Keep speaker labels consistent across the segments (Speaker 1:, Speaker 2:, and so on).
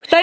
Speaker 1: 二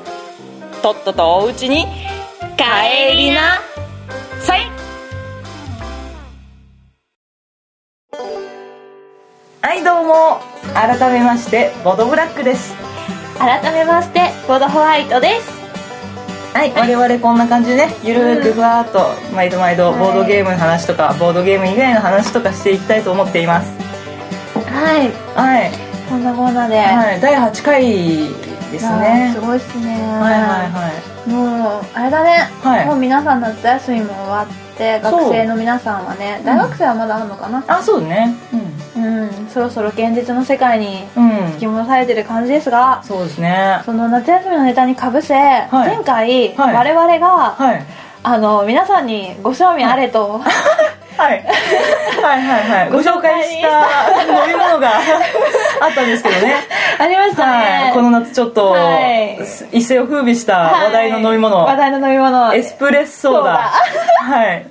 Speaker 1: とっととおうちに帰りなさいはいどうも改めましてボドブラックです
Speaker 2: 改めましてボドホワイトです
Speaker 1: はい、我々こんな感じでねゆるーくふわーっと毎度毎度ボードゲームの話とかボードゲーム以外の話とかしていきたいと思っています
Speaker 2: はい
Speaker 1: はい、
Speaker 2: こんなこんなで、
Speaker 1: はい、第8回です
Speaker 2: いやー
Speaker 1: ね
Speaker 2: すごいっすね
Speaker 1: はいはいはい
Speaker 2: もうあれだね、
Speaker 1: はい
Speaker 2: もう皆さん夏休みも終わって
Speaker 1: そう
Speaker 2: 学生の皆さんはね大学生はまだあるのかな
Speaker 1: あそうね
Speaker 2: うん、そろそろ現実の世界に
Speaker 1: うん、
Speaker 2: 引き戻されてる感じですが
Speaker 1: そうですね
Speaker 2: その夏休みのネタにかぶせ、前回、
Speaker 1: はい
Speaker 2: 我々が、
Speaker 1: はい
Speaker 2: あの皆さんにご賞味あれと、
Speaker 1: はい はいはいはい ご紹介した飲み物 があったんですけどね
Speaker 2: ありましたね、
Speaker 1: はいこの夏ちょっと
Speaker 2: はい
Speaker 1: 一世を風靡した
Speaker 2: はい
Speaker 1: 話題の飲み物
Speaker 2: 話題の飲み物
Speaker 1: エスプレッソーダはい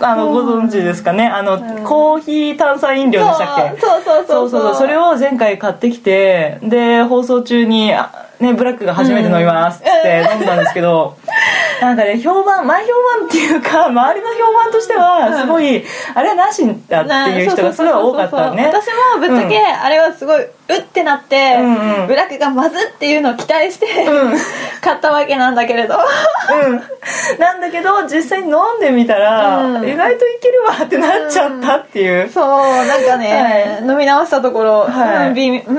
Speaker 1: あのご存知ですかねあの、
Speaker 2: うん
Speaker 1: コーヒー炭酸飲料でしたっけ
Speaker 2: そうそうそうそう
Speaker 1: そうそうそれ
Speaker 2: を
Speaker 1: を前回買ってきてで放送中にあね、ブラックが初めて飲みますっつって飲んだんですけど、なんかね評判前評判っていうか周りの評判としてはすごい、あれはなしだっていう人がすごい多かったね
Speaker 2: 私もぶっちゃけ、
Speaker 1: うん
Speaker 2: あれはすごいうってなって、
Speaker 1: うんうん
Speaker 2: ブラックがまずっていうのを期待して、
Speaker 1: うん
Speaker 2: 買ったわけなんだけれど
Speaker 1: うん、なんだけど実際に飲んでみたら、
Speaker 2: うん
Speaker 1: 意外といけるわってなっちゃったっていう、
Speaker 2: そうなんかね、飲み直したところ、
Speaker 1: はい
Speaker 2: うん微妙うん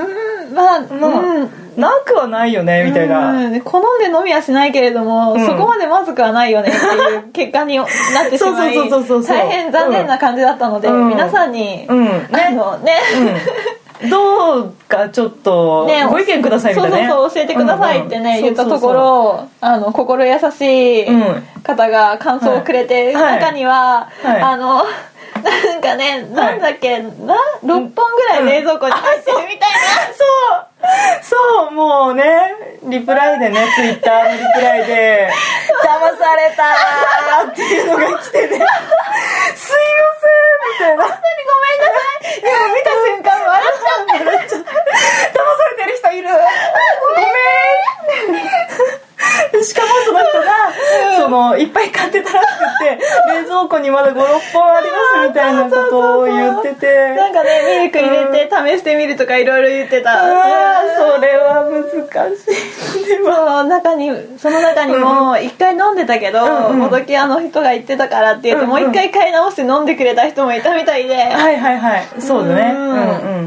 Speaker 2: まあ
Speaker 1: まあ
Speaker 2: うん
Speaker 1: なくはないよねみたいな、
Speaker 2: うん好んで飲みはしないけれども、
Speaker 1: うん
Speaker 2: そこまでまずくはないよねっていう結果になってしまい
Speaker 1: そうそうそうそうそう
Speaker 2: 大変残念な感じだったので、
Speaker 1: うん
Speaker 2: 皆さんに、
Speaker 1: うん
Speaker 2: あ
Speaker 1: ね、
Speaker 2: のね、
Speaker 1: うん、どうかちょっと、
Speaker 2: ね
Speaker 1: ご意見くださいみ
Speaker 2: そ
Speaker 1: た
Speaker 2: う
Speaker 1: いな、ね、
Speaker 2: そうそう教えてくださいってね、
Speaker 1: うんうん
Speaker 2: 言ったところあの心優しい
Speaker 1: うん
Speaker 2: 方が感想をくれて、
Speaker 1: はい
Speaker 2: 中には、
Speaker 1: はい
Speaker 2: あのなんかね、なんだっけな6本ぐらい冷蔵庫に入ってるみたいな、
Speaker 1: そうそうもうねリプライでねツイッターのリプライで「騙された!」っていうのが来てね「すいません」みたいな
Speaker 2: 本当にごめんなさいでも見た瞬間笑っちゃう
Speaker 1: 騙されてる人いるごめんしかもその人が、そのいっぱい買ってたらしくて冷蔵庫にまだ56本ありますみたいなことを言ってて
Speaker 2: なんかねミルク入れて試してみるとかいろいろ言ってた、
Speaker 1: あーそれは難しいでも
Speaker 2: そう中にその中にも一回飲んでたけど、
Speaker 1: うんうん
Speaker 2: ボドキアの人が言ってたからって言って、
Speaker 1: うん
Speaker 2: も
Speaker 1: う
Speaker 2: うん一回買い直して飲んでくれた人もいたみたいで、
Speaker 1: はいはいはいそうだね
Speaker 2: う
Speaker 1: うんんう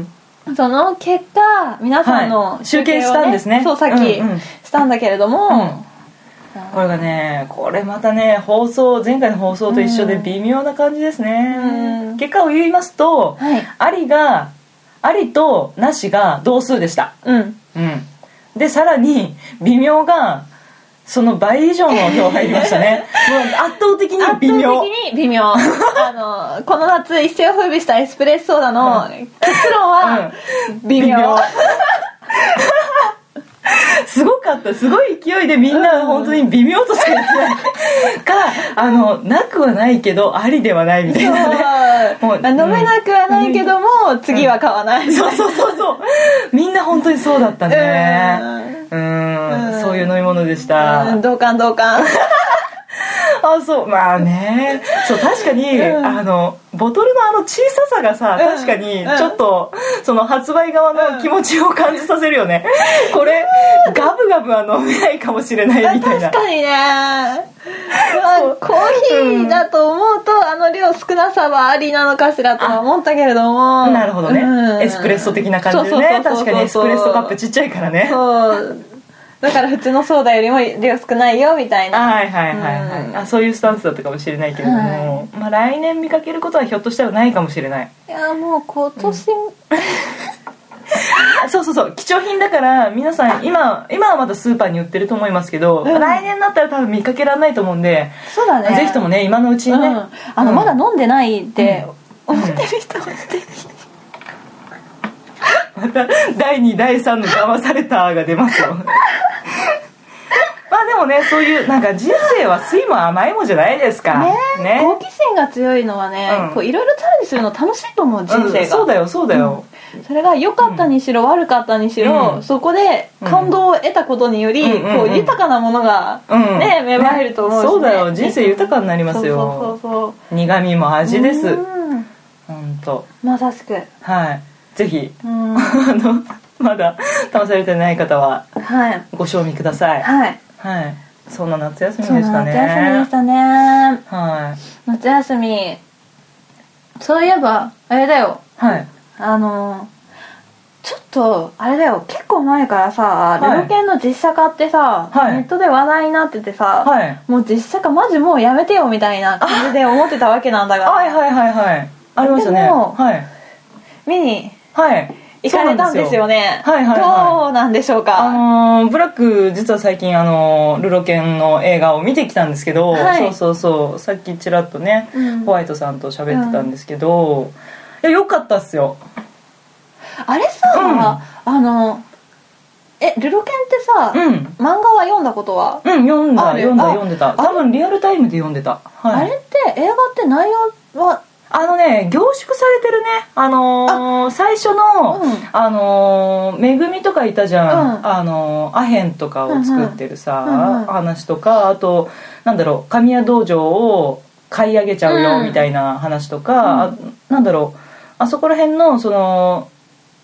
Speaker 1: ん
Speaker 2: その結果皆さん
Speaker 1: は
Speaker 2: の
Speaker 1: い集計
Speaker 2: を
Speaker 1: したんですね
Speaker 2: そうさっき
Speaker 1: うんうん
Speaker 2: したんだけれども、
Speaker 1: これがねこれまたね放送前回の放送と一緒で
Speaker 2: うん
Speaker 1: 微妙な感じですね、
Speaker 2: うん
Speaker 1: 結果を言いますと、
Speaker 2: はい
Speaker 1: ありがありとなしが同数でした
Speaker 2: うん
Speaker 1: うんでさらに微妙がその倍以上の票入りました ねもう圧倒的
Speaker 2: 圧
Speaker 1: に
Speaker 2: 倒的
Speaker 1: 微妙
Speaker 2: に微 妙あのこの夏一世を風靡したエスプレッソーダの
Speaker 1: う
Speaker 2: 結論は微妙,、
Speaker 1: すごかったすごい勢いでみん
Speaker 2: う
Speaker 1: なん本当に微妙としか言ってないかあのなくはないけどありではないみたい
Speaker 2: そう
Speaker 1: なねもう
Speaker 2: あ飲めなくはないけども、次は買わない、
Speaker 1: そうそうそうそうみんな本当にそうだったねうん
Speaker 2: うん
Speaker 1: そういう飲み物でした、
Speaker 2: うん同感同感
Speaker 1: あそうまあねそう確かに、
Speaker 2: うん
Speaker 1: あのボトルのあの小ささがさ、
Speaker 2: うん
Speaker 1: 確かに
Speaker 2: うん
Speaker 1: ちょっと、その発売側の気持ちを感じさせるよね、これガブガブは飲めないかもしれないみたい
Speaker 2: 確
Speaker 1: な
Speaker 2: かにね、 まあ、コーヒーだと思うと、あの量少なさはありなのかしらとは思ったけれども
Speaker 1: なるほどね、
Speaker 2: うん
Speaker 1: エスプレッソ的な感じでね
Speaker 2: そうそうそうそう
Speaker 1: 確かにエスプレッソカップちっちゃいからね
Speaker 2: そうだから普通のソーダよりも量少ないよみたいな
Speaker 1: はいはいはいはい、
Speaker 2: うん
Speaker 1: あそういうスタンスだったかもしれないけれども、まあ、来年見かけることはひょっとしたらないかもしれない
Speaker 2: いやもう今年、
Speaker 1: そうそうそう貴重品だから皆さん今今はまだスーパーに売ってると思いますけど、
Speaker 2: うん
Speaker 1: 来年になったら多分見かけられないと思うんで、
Speaker 2: そうだね
Speaker 1: ぜひともね今のうち
Speaker 2: う
Speaker 1: に
Speaker 2: ん
Speaker 1: ね、
Speaker 2: あの
Speaker 1: うん
Speaker 2: まだ飲んでないって思ってる人って
Speaker 1: また第2第3の騙されたが出ます よまあでもねそういうなんか人生は酸いも甘いもじゃないですか
Speaker 2: ね好奇心が強いのはね、
Speaker 1: うん
Speaker 2: こういろいろチャレンジするの楽しいと思う人生が、
Speaker 1: うんそうだよそうだよ、
Speaker 2: それが良かったにしろ、悪かったにしろ、
Speaker 1: うん
Speaker 2: そこで感動を得たことにより、
Speaker 1: うん
Speaker 2: こ
Speaker 1: うんうん
Speaker 2: う豊かなものが、
Speaker 1: うん
Speaker 2: ね芽生えると思うし、ね
Speaker 1: そうだよ人生豊かになり
Speaker 2: り
Speaker 1: ますよ
Speaker 2: そうそうそうそう
Speaker 1: 苦味も味です
Speaker 2: うん
Speaker 1: 本当
Speaker 2: まさしく
Speaker 1: はいぜひ
Speaker 2: うんは
Speaker 1: あのまだ騙されてない方はいご賞味ください
Speaker 2: はい
Speaker 1: はいそんな夏休み
Speaker 2: そう
Speaker 1: でしたね
Speaker 2: 夏休みでしたね
Speaker 1: はい
Speaker 2: 夏休みそういえばあれだよ
Speaker 1: はい
Speaker 2: あのちょっとあれだよ結構前からさ、
Speaker 1: はい
Speaker 2: 旅ロケンの実写化ってさ、
Speaker 1: はい
Speaker 2: ネットで話題になっててさ、
Speaker 1: はい
Speaker 2: もう実写化マジもうやめてよみたいな感じで思ってたわけなんだが
Speaker 1: はいはいはいはいありましたね
Speaker 2: でも
Speaker 1: はい
Speaker 2: 見に
Speaker 1: はい
Speaker 2: 行かれたんですよね
Speaker 1: そうなんですよはいはいはい
Speaker 2: どうなんでしょう
Speaker 1: あ
Speaker 2: か
Speaker 1: のーブラック実は最近あのールロケンの映画を見てきたんですけど、
Speaker 2: はい
Speaker 1: そうそうそうさっきちらっとね、
Speaker 2: うん
Speaker 1: ホワイトさんと喋ってたんですけど、いや良かったっすよ
Speaker 2: あれさ、あのえルロケンってさ、
Speaker 1: うんうん
Speaker 2: 漫画は読んだことは、
Speaker 1: 読んだ
Speaker 2: ある
Speaker 1: 読んだ
Speaker 2: あ
Speaker 1: 読んでた多分リアルタイムで読んでた、はい、
Speaker 2: あれって映画って内容は
Speaker 1: あのね凝縮されてるねあのー最初の、
Speaker 2: うん
Speaker 1: あのーめぐみとかいたじゃん、
Speaker 2: うん
Speaker 1: あのーアヘンとかを作ってるさ、
Speaker 2: うんうん
Speaker 1: 話とかあとなんだろう神谷道場を買い上げちゃう
Speaker 2: う
Speaker 1: よ
Speaker 2: ん
Speaker 1: みたいな話とか、
Speaker 2: うん
Speaker 1: あなんだろうあそこら辺のその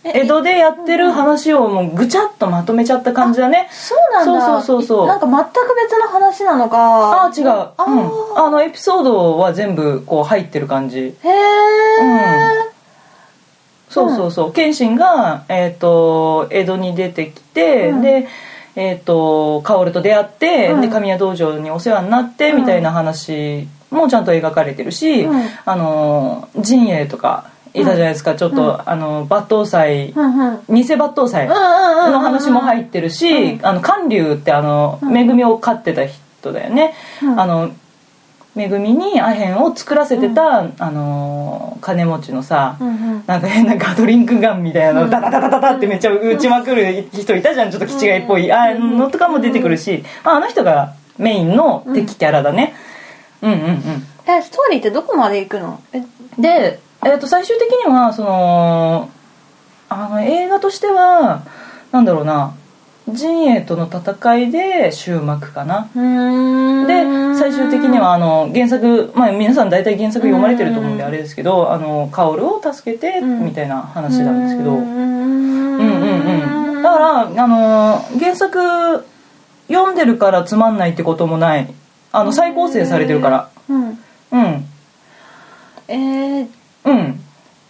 Speaker 1: 江戸でやってる話をもうぐちゃっとまとめちゃった感じだね
Speaker 2: そうなんだ
Speaker 1: そうそうそうそう
Speaker 2: なんか全く別の話なのか
Speaker 1: ああ違う
Speaker 2: あー、
Speaker 1: うん、あのエピソードは全部こう入ってる感じ
Speaker 2: へえ、
Speaker 1: そうそうそう謙信が、えー、と江戸に出てきて、
Speaker 2: うん
Speaker 1: で、えー、と薫と出会って、
Speaker 2: うん
Speaker 1: で神谷道場にお世話になって、
Speaker 2: うん
Speaker 1: みたいな話もちゃんと描かれてるし、
Speaker 2: うん
Speaker 1: あの陣営とかいたじゃないですか、ちょっと、あの抜刀斎、
Speaker 2: うんうん、うんうん
Speaker 1: 偽抜刀斎
Speaker 2: うんうん
Speaker 1: の話も入
Speaker 2: っ
Speaker 1: ってるし、
Speaker 2: うん
Speaker 1: あの関龍ってあの、
Speaker 2: うん
Speaker 1: 恵みを飼ってた人だよね。
Speaker 2: うん
Speaker 1: あの恵みにアヘンを作らせてた、あの金持ちのさ、
Speaker 2: うんうん
Speaker 1: なんか変なガトリングガンみたいな
Speaker 2: う
Speaker 1: の
Speaker 2: ん
Speaker 1: ダダダダダダってめっちゃ撃ちまくる人いたじゃんちょっと気違いっぽいあ
Speaker 2: うん
Speaker 1: のとかも出てくるし、まあ、あの人がメインの敵キャラだね、うん、うんうん
Speaker 2: えストーリーってどこまで行くのえ
Speaker 1: で、えー、と最終的にはそのあの映画としてはなんだろうな陣営との戦いで終幕かな
Speaker 2: うーん
Speaker 1: で最終的にはあの原作、まあ、皆さん大体原作読まれてると思うんで
Speaker 2: うん
Speaker 1: あれですけどあの薫を助けて
Speaker 2: うん
Speaker 1: みたいな話なんですけど、
Speaker 2: うーん
Speaker 1: うんうんうん、だから、あのー原作読んでるからつまんないってこともないあの再構成されてるから
Speaker 2: うん
Speaker 1: うん
Speaker 2: えー
Speaker 1: うん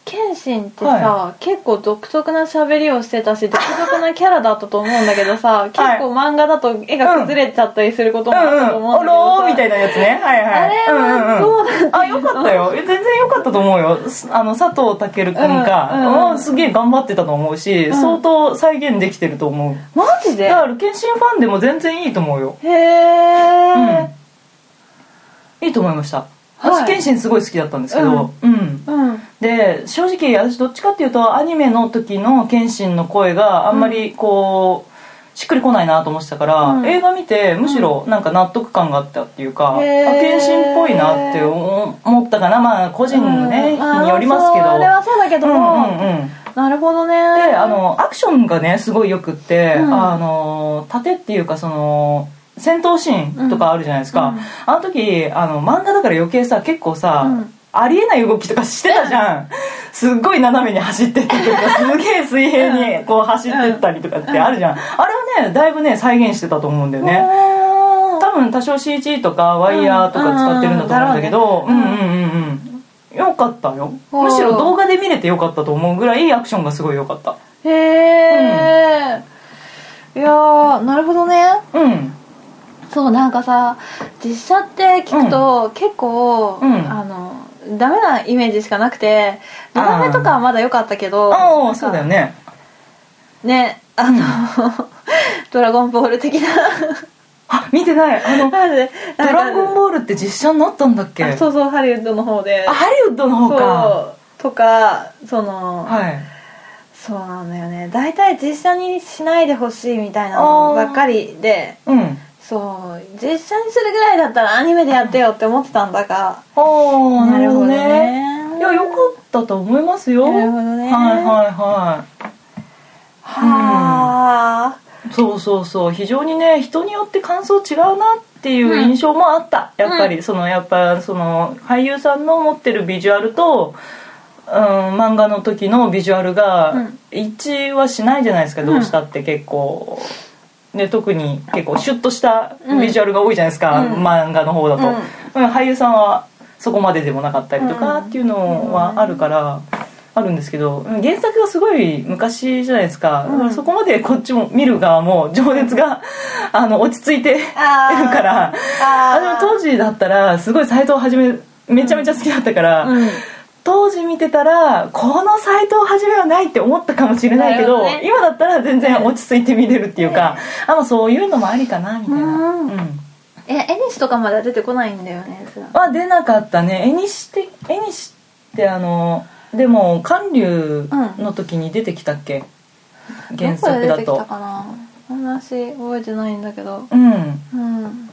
Speaker 2: 謙信ってさ、結構独特な喋りをしてたし独特なキャラだったと思うんだけどさ結構漫画だと絵が崩れちゃったりすることも
Speaker 1: うん
Speaker 2: あ
Speaker 1: う
Speaker 2: った
Speaker 1: ん
Speaker 2: と思うんだ
Speaker 1: おろ
Speaker 2: けどさ、
Speaker 1: ーみたいなやつねはいはい
Speaker 2: あれはどうだったの
Speaker 1: あよかったよえ全然よかったと思うよすあの佐藤健君が、
Speaker 2: うんうん
Speaker 1: うんすげえ頑張ってたと思うし、
Speaker 2: ん
Speaker 1: 相当再現できてると思う
Speaker 2: マジで
Speaker 1: だから謙信ファンでも全然いいと思うよ
Speaker 2: へえ、
Speaker 1: うんいいと思いました
Speaker 2: はい
Speaker 1: 私謙信すごい好きだったんですけどうん
Speaker 2: うん
Speaker 1: で正直私どっちかっていうとアニメの時の謙信の声があんまりこう、しっくりこないなと思ってたから、
Speaker 2: うん
Speaker 1: 映画見てむしろなんか納得感があったっていうか、
Speaker 2: へー
Speaker 1: あ謙信っぽいなって思思ったかなまあ個人のね、
Speaker 2: うん
Speaker 1: によりますけど
Speaker 2: あそうあれはそうだけ
Speaker 1: う
Speaker 2: ど
Speaker 1: んう
Speaker 2: も、
Speaker 1: んうん
Speaker 2: なるほどね
Speaker 1: であのアクションがねすごいよくって、
Speaker 2: うん
Speaker 1: あの盾っていうかその戦闘シーンとかあるじゃないですか、
Speaker 2: うんうん
Speaker 1: あの時あの漫画だから余計さ結構さ、
Speaker 2: うん
Speaker 1: ありえない動きとかしてたじゃんすっごい斜めに走ってったりと かすげえ水平にこう走ってったりとかってあるじゃん、あれはねだいぶね再現してたと思うんだよね、
Speaker 2: おー
Speaker 1: 多分多少 CG とかワイヤーとか使ってるんだと思うんだけど、
Speaker 2: う
Speaker 1: うんんうん
Speaker 2: う
Speaker 1: んうんうんよかったよ
Speaker 2: おー
Speaker 1: むしろ動画で見れてよかったと思うぐらいアクションがすごいよかった
Speaker 2: へえ、いやーなるほどね
Speaker 1: うん
Speaker 2: そうなんかさ実写って聞くと結構、
Speaker 1: うん
Speaker 2: あのダメなイメージしかなくてドラメとかはまだ良かったけど
Speaker 1: あ
Speaker 2: なん
Speaker 1: あ
Speaker 2: か
Speaker 1: そうだよね
Speaker 2: ねあの、「 ドラゴンボール」的な
Speaker 1: あ見てないあの「
Speaker 2: マジで
Speaker 1: ドラゴン
Speaker 2: ー
Speaker 1: ボール」って実写になったんだっけ
Speaker 2: そうそうハリウッドの方で
Speaker 1: あハリウッドの方か
Speaker 2: そうとかその、
Speaker 1: はい
Speaker 2: そうなんだよね大体実写にしないでほしいみたいなのばっかりで
Speaker 1: うん
Speaker 2: そう実写にするぐらいだったらアニメでやってよって思ってたんだが
Speaker 1: ああな
Speaker 2: な
Speaker 1: る
Speaker 2: る
Speaker 1: ほ
Speaker 2: ほ
Speaker 1: ど
Speaker 2: ど
Speaker 1: ね
Speaker 2: ね
Speaker 1: いやよかったと思いますよ
Speaker 2: なるほどね
Speaker 1: はいはいは
Speaker 2: はあ、
Speaker 1: いそうそうそう非常にね人によって感想違うなっていう印象もあった、
Speaker 2: ん
Speaker 1: やっぱり、そのやっぱその俳優さんの持ってるビジュアルとうん、漫画の時のビジュアル
Speaker 2: う
Speaker 1: が
Speaker 2: ん
Speaker 1: 一致はしないじゃないですか、どうしたって結構、ね、特に結構シュッとしたビジュアルが多いじゃないですか、
Speaker 2: うん
Speaker 1: 漫画の方だと、うん俳優さんはそこまででもなかったりとか
Speaker 2: うん
Speaker 1: っていうのはあるから、あるんですけどうん原作がすごい昔じゃないですか、
Speaker 2: うん
Speaker 1: そこまでこっちも見る側も情熱があの落ち着いてるか
Speaker 2: あー
Speaker 1: らあの
Speaker 2: あ
Speaker 1: 当時だったらすごい斎藤はじめめちゃめちゃ好きだったから、
Speaker 2: うん
Speaker 1: 当時見てたらこの斎藤はじめはないって思ったかもしれないけど
Speaker 2: なるほどね
Speaker 1: 今だったら全然落ち着いて見れるっていうか、あまあそういうのもありかなみたいな。
Speaker 2: うん
Speaker 1: うん
Speaker 2: え絵にしとかまでは出てこないんだよねそれ
Speaker 1: は出なかったね絵にして絵にしてあのでも韓流の時に出てきたっけ、原作だ
Speaker 2: どこで出てきた
Speaker 1: と
Speaker 2: かな話覚えてないんだけど
Speaker 1: うん
Speaker 2: うん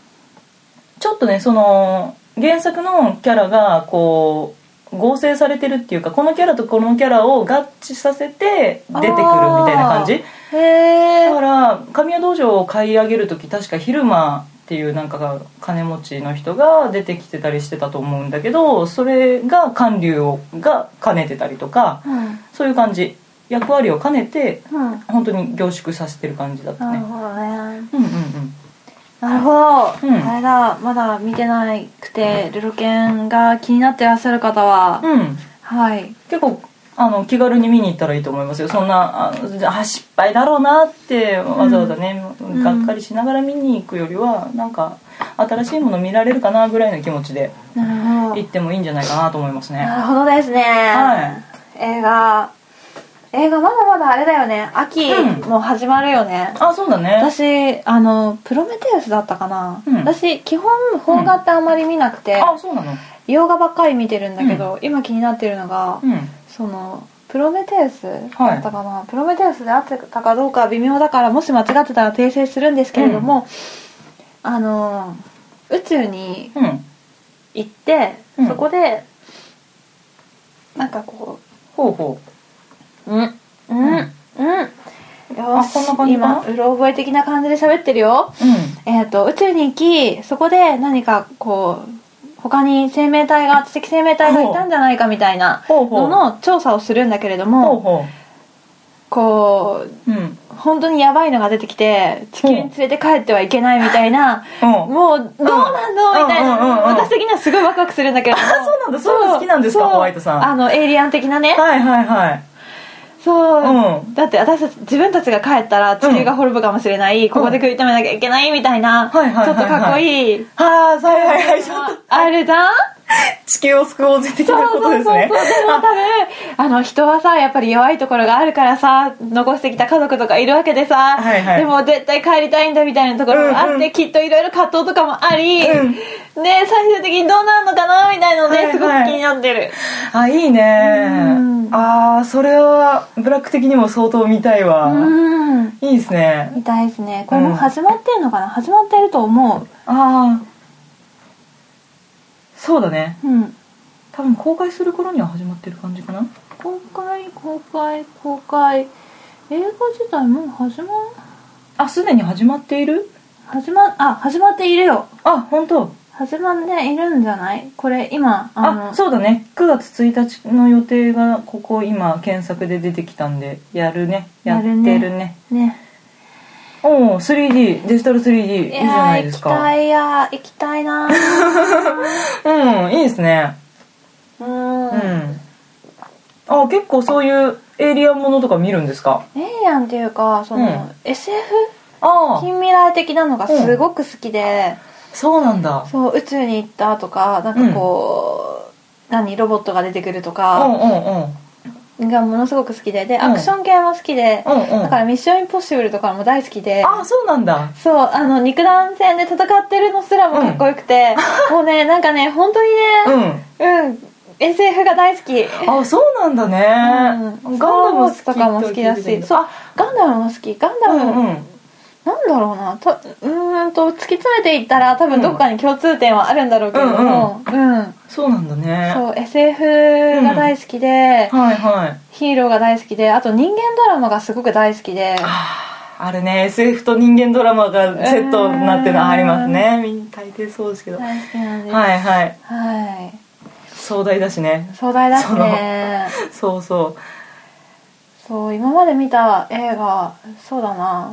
Speaker 1: ちょっとねその原作のキャラがこう合成されてるっていうかこのキャラとこのキャラを合致させて出てくるみたいな感
Speaker 2: あ
Speaker 1: じ
Speaker 2: へえ
Speaker 1: だから神谷道場を買い上げる時確か昼間っていうなんかが金持ちの人が出てきてたりしてたと思うんだけどそれが韓流をが兼ねてたりとか
Speaker 2: うん
Speaker 1: そういう感じ役割を兼ねて
Speaker 2: うん
Speaker 1: 本当に凝縮させてる感じだった
Speaker 2: なる
Speaker 1: ね
Speaker 2: ほどね
Speaker 1: うんうんうん
Speaker 2: なるほど、
Speaker 1: うん
Speaker 2: あれだまだ見てなくてルロケンが気になっていらっしゃる方は、
Speaker 1: うん
Speaker 2: はい
Speaker 1: 結構あの気軽に見に行ったらいいと思いますよそんなああ失敗だろうなってわざわざね、
Speaker 2: ん
Speaker 1: がっかりしながら見に行くよりはなんか新しいもの見られるかなぐらいの気持ちで
Speaker 2: なる
Speaker 1: 行
Speaker 2: ほど
Speaker 1: ってもいいんじゃないかなと思いますね
Speaker 2: なるほどですね、
Speaker 1: は
Speaker 2: 映画映画まだまだあれだよね秋
Speaker 1: うん
Speaker 2: もう始まるよね、
Speaker 1: あそうだね
Speaker 2: 私あのプロメテウスだったかな、
Speaker 1: うん
Speaker 2: 私基本邦画ってあんまり見なくて、
Speaker 1: あそうなの
Speaker 2: 洋画ばっかり見てるんだけど、今気になってるのが、
Speaker 1: うん
Speaker 2: そのプロメテウスだったかな、プロメテウスであってたかどうかは微妙だからもし間違ってたら訂正するんですけれども、あの宇宙に
Speaker 1: うん
Speaker 2: 行って、
Speaker 1: うん
Speaker 2: そこでなんかこ
Speaker 1: ほうほ
Speaker 2: う「うんうんうん」よ
Speaker 1: あこんな感じ
Speaker 2: し
Speaker 1: かな
Speaker 2: 今うろ覚え的な感じで喋ってるよ
Speaker 1: うう
Speaker 2: えっ、と宇宙に行きそこで何かこう他に生命体が知的生命体がいたんじゃないかみたいな
Speaker 1: ほうほう
Speaker 2: のの調査をするんだけれど
Speaker 1: んほう
Speaker 2: も
Speaker 1: ほ
Speaker 2: こう
Speaker 1: ううん
Speaker 2: 本当にやばいのが出てきて地球に連れて帰ってはいけないみたいな、
Speaker 1: うん
Speaker 2: もうどうなんの
Speaker 1: うん
Speaker 2: みたいな、
Speaker 1: うんうんうんうん
Speaker 2: 私的にはすごいワクワクするんだけれども
Speaker 1: そうなんだそういうの好きなんですか
Speaker 2: そう
Speaker 1: ホワイトさん
Speaker 2: あのエイリアン的なね、
Speaker 1: はいはいはい
Speaker 2: そう、
Speaker 1: うん
Speaker 2: だって私たち自分たちが帰ったら地球が滅ぶかもしれない、ここで食い止めなきゃいけないみたいな、
Speaker 1: はいはいはいはい
Speaker 2: ちょっとかっこいい、
Speaker 1: はあーはいはいはいちょっと
Speaker 2: あるじゃん
Speaker 1: 地球を救おうぜ的なことですね
Speaker 2: そうそうそうでも多分あの人はさやっぱり弱いところがあるからさ残してきた家族とかいるわけでさ、
Speaker 1: はいはい
Speaker 2: でも絶対帰りたいんだみたいなところもあって、
Speaker 1: うんうん
Speaker 2: きっといろいろ葛藤とかもあり、
Speaker 1: うん
Speaker 2: ね最終的にどうなるのかなみたいなので、
Speaker 1: はいはい
Speaker 2: すごく気になってる
Speaker 1: あいいね
Speaker 2: うん
Speaker 1: ああそれはブラック的にも相当見たいわ、
Speaker 2: うん
Speaker 1: いいですね
Speaker 2: みたいですねこれもう始まってるのかな、始まってると思
Speaker 1: ああそうだね
Speaker 2: ううん
Speaker 1: 多分公開する頃には始まってる感じかな
Speaker 2: 公開公開公開映画自体もう始ま
Speaker 1: あすでに始まっている
Speaker 2: 始まあ始まっているよ
Speaker 1: あ本当
Speaker 2: 始まっているんじゃないこれ今あの
Speaker 1: あそうだね9月1日の予定がここ今検索で出てきたんでやるねやってるね
Speaker 2: やるね
Speaker 1: おお 3D デジタル 3D いい
Speaker 2: い
Speaker 1: じゃな
Speaker 2: や
Speaker 1: い
Speaker 2: ー
Speaker 1: で
Speaker 2: 行
Speaker 1: す
Speaker 2: きた
Speaker 1: か
Speaker 2: いやー行きたいなー
Speaker 1: うんいいですね
Speaker 2: う
Speaker 1: うんんあ結構そういうエイリアンものとか見るんですか
Speaker 2: エイリアンっていうかその、
Speaker 1: うん
Speaker 2: SF
Speaker 1: ああ
Speaker 2: 近未来的なのがすごく好きで、
Speaker 1: そうなんだ
Speaker 2: そう宇宙に行ったとかなんかこう、何ロボットが出てくると
Speaker 1: うん
Speaker 2: か、
Speaker 1: うんうん
Speaker 2: がものすごく好きでで、
Speaker 1: ん
Speaker 2: アクション系も好きで、
Speaker 1: うんうん
Speaker 2: だから「ミッションインポッシブル」とかも大好きで
Speaker 1: あそうなんだ
Speaker 2: そうあの肉弾戦で戦ってるのすらもかっこよくて、もうねなんかね本当に
Speaker 1: う
Speaker 2: ね
Speaker 1: ん
Speaker 2: うん、SF が大好き
Speaker 1: あそうなんだね、
Speaker 2: うん
Speaker 1: ガンダム好き
Speaker 2: スターウォーズとかも好きだしそうあガンダムも好きガン
Speaker 1: う
Speaker 2: ダム、
Speaker 1: んうん
Speaker 2: なんだろうなとうーんと突き詰めていったら多分どこかに共通点はあるんだろうけれども、うん
Speaker 1: そうなんだね
Speaker 2: そう SF が大好きで、
Speaker 1: はいはい
Speaker 2: ヒーローが大好きであと人間ドラマがすごく大好きで
Speaker 1: あーあれね SF と人間ドラマがセットになってるのありますね、みんな大抵そうですけど、
Speaker 2: 大好きなんです
Speaker 1: はいはい
Speaker 2: はい
Speaker 1: 壮大だしね
Speaker 2: 壮大だしね
Speaker 1: そうそう
Speaker 2: そう今まで見た映画そうだな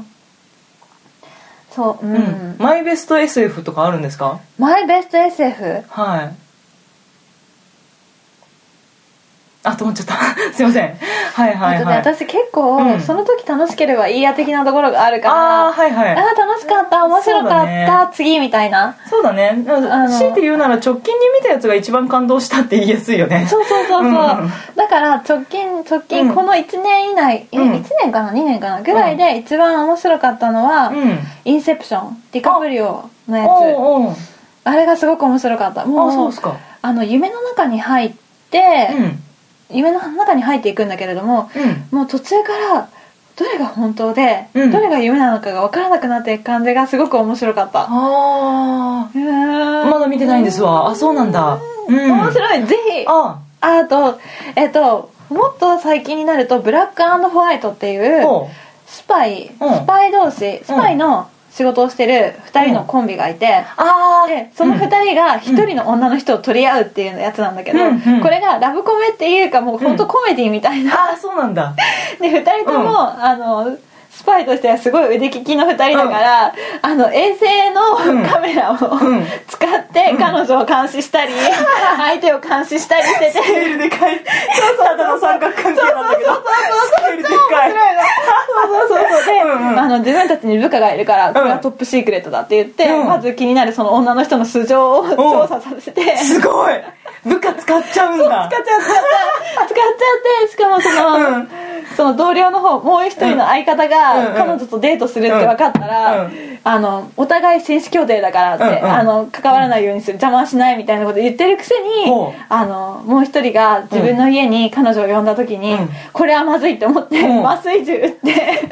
Speaker 2: そううん、
Speaker 1: うん、マイベスト SF とかあるんですか
Speaker 2: マイベスト SF
Speaker 1: はいあと思っちゃった すいませんはいはいはい
Speaker 2: あとね私結構、
Speaker 1: うん
Speaker 2: その時楽しければいいや的なところがあるから
Speaker 1: ああーはいはい
Speaker 2: あー楽しかった面白か
Speaker 1: そ
Speaker 2: った、
Speaker 1: うだね
Speaker 2: 次みたいな
Speaker 1: そうだね
Speaker 2: あの
Speaker 1: 強いて言うなら直近に見たやつが一番感動したって言いやすいよね
Speaker 2: そうそうそうそう、
Speaker 1: うん
Speaker 2: だから直近直近
Speaker 1: うん
Speaker 2: この1年以内、え
Speaker 1: うん
Speaker 2: 1年かな2年かなぐらいで一番面白かったのは、
Speaker 1: うん
Speaker 2: インセプションディカプリオのやつ
Speaker 1: おうおう
Speaker 2: あれがすごく面白かったも
Speaker 1: あ
Speaker 2: う
Speaker 1: そうですか
Speaker 2: あの夢の中に入っ
Speaker 1: う
Speaker 2: て、
Speaker 1: ん
Speaker 2: 夢の中に入っていくんだけれども
Speaker 1: うん
Speaker 2: もう途中からどれが本当で、
Speaker 1: うん
Speaker 2: どれが夢なのかが分からなくなっていく感じがすごく面白かった
Speaker 1: ああま
Speaker 2: ま
Speaker 1: だ見てないんですわあそうなんだうん
Speaker 2: 面白いぜひ
Speaker 1: あ
Speaker 2: あとえっともっと最近になるとブラックホワイトっていう
Speaker 1: おう
Speaker 2: スパイス
Speaker 1: うん
Speaker 2: パイ同士スパイの仕事をしてる2人のコンビがいて
Speaker 1: あー
Speaker 2: でその2人が1人の女の人を取り合うっていうやつなんだけど
Speaker 1: うんうん
Speaker 2: これがラブコメっていうかもう本当コメディみたいな
Speaker 1: あーそうなんだ
Speaker 2: で2人とも、
Speaker 1: うん
Speaker 2: あのスパイとしてはすごい腕利きの2人だから、あの衛星
Speaker 1: うん
Speaker 2: のカメラを、
Speaker 1: うん
Speaker 2: 使って彼女を監視 したり、相手を監視したりしてて
Speaker 1: スケールでかいただの三角関係なんだけどスケールでかい
Speaker 2: そうそうそうで、
Speaker 1: うんうん
Speaker 2: あの自分たちに部下がいるからこれはトップシークレットだって言って、
Speaker 1: うん
Speaker 2: まず気になるその女の人の素性を調査させて、
Speaker 1: すごい部下使っちゃうんだ
Speaker 2: 使っちゃった使っちゃってしかもその,、
Speaker 1: うん
Speaker 2: その同僚の方もう一人の相方
Speaker 1: うんう
Speaker 2: が
Speaker 1: ん
Speaker 2: 彼女とデートするって分かったら、
Speaker 1: うん
Speaker 2: あのお互い紳士協定だからって、
Speaker 1: うんうん
Speaker 2: あの関わらないようにする邪魔はしないみたいなこと言ってるくせに、
Speaker 1: ほう
Speaker 2: あのもう一人が自分の家に彼女を呼んだ時に、
Speaker 1: うん
Speaker 2: これはまずいって思って、
Speaker 1: うん
Speaker 2: 麻酔銃撃って。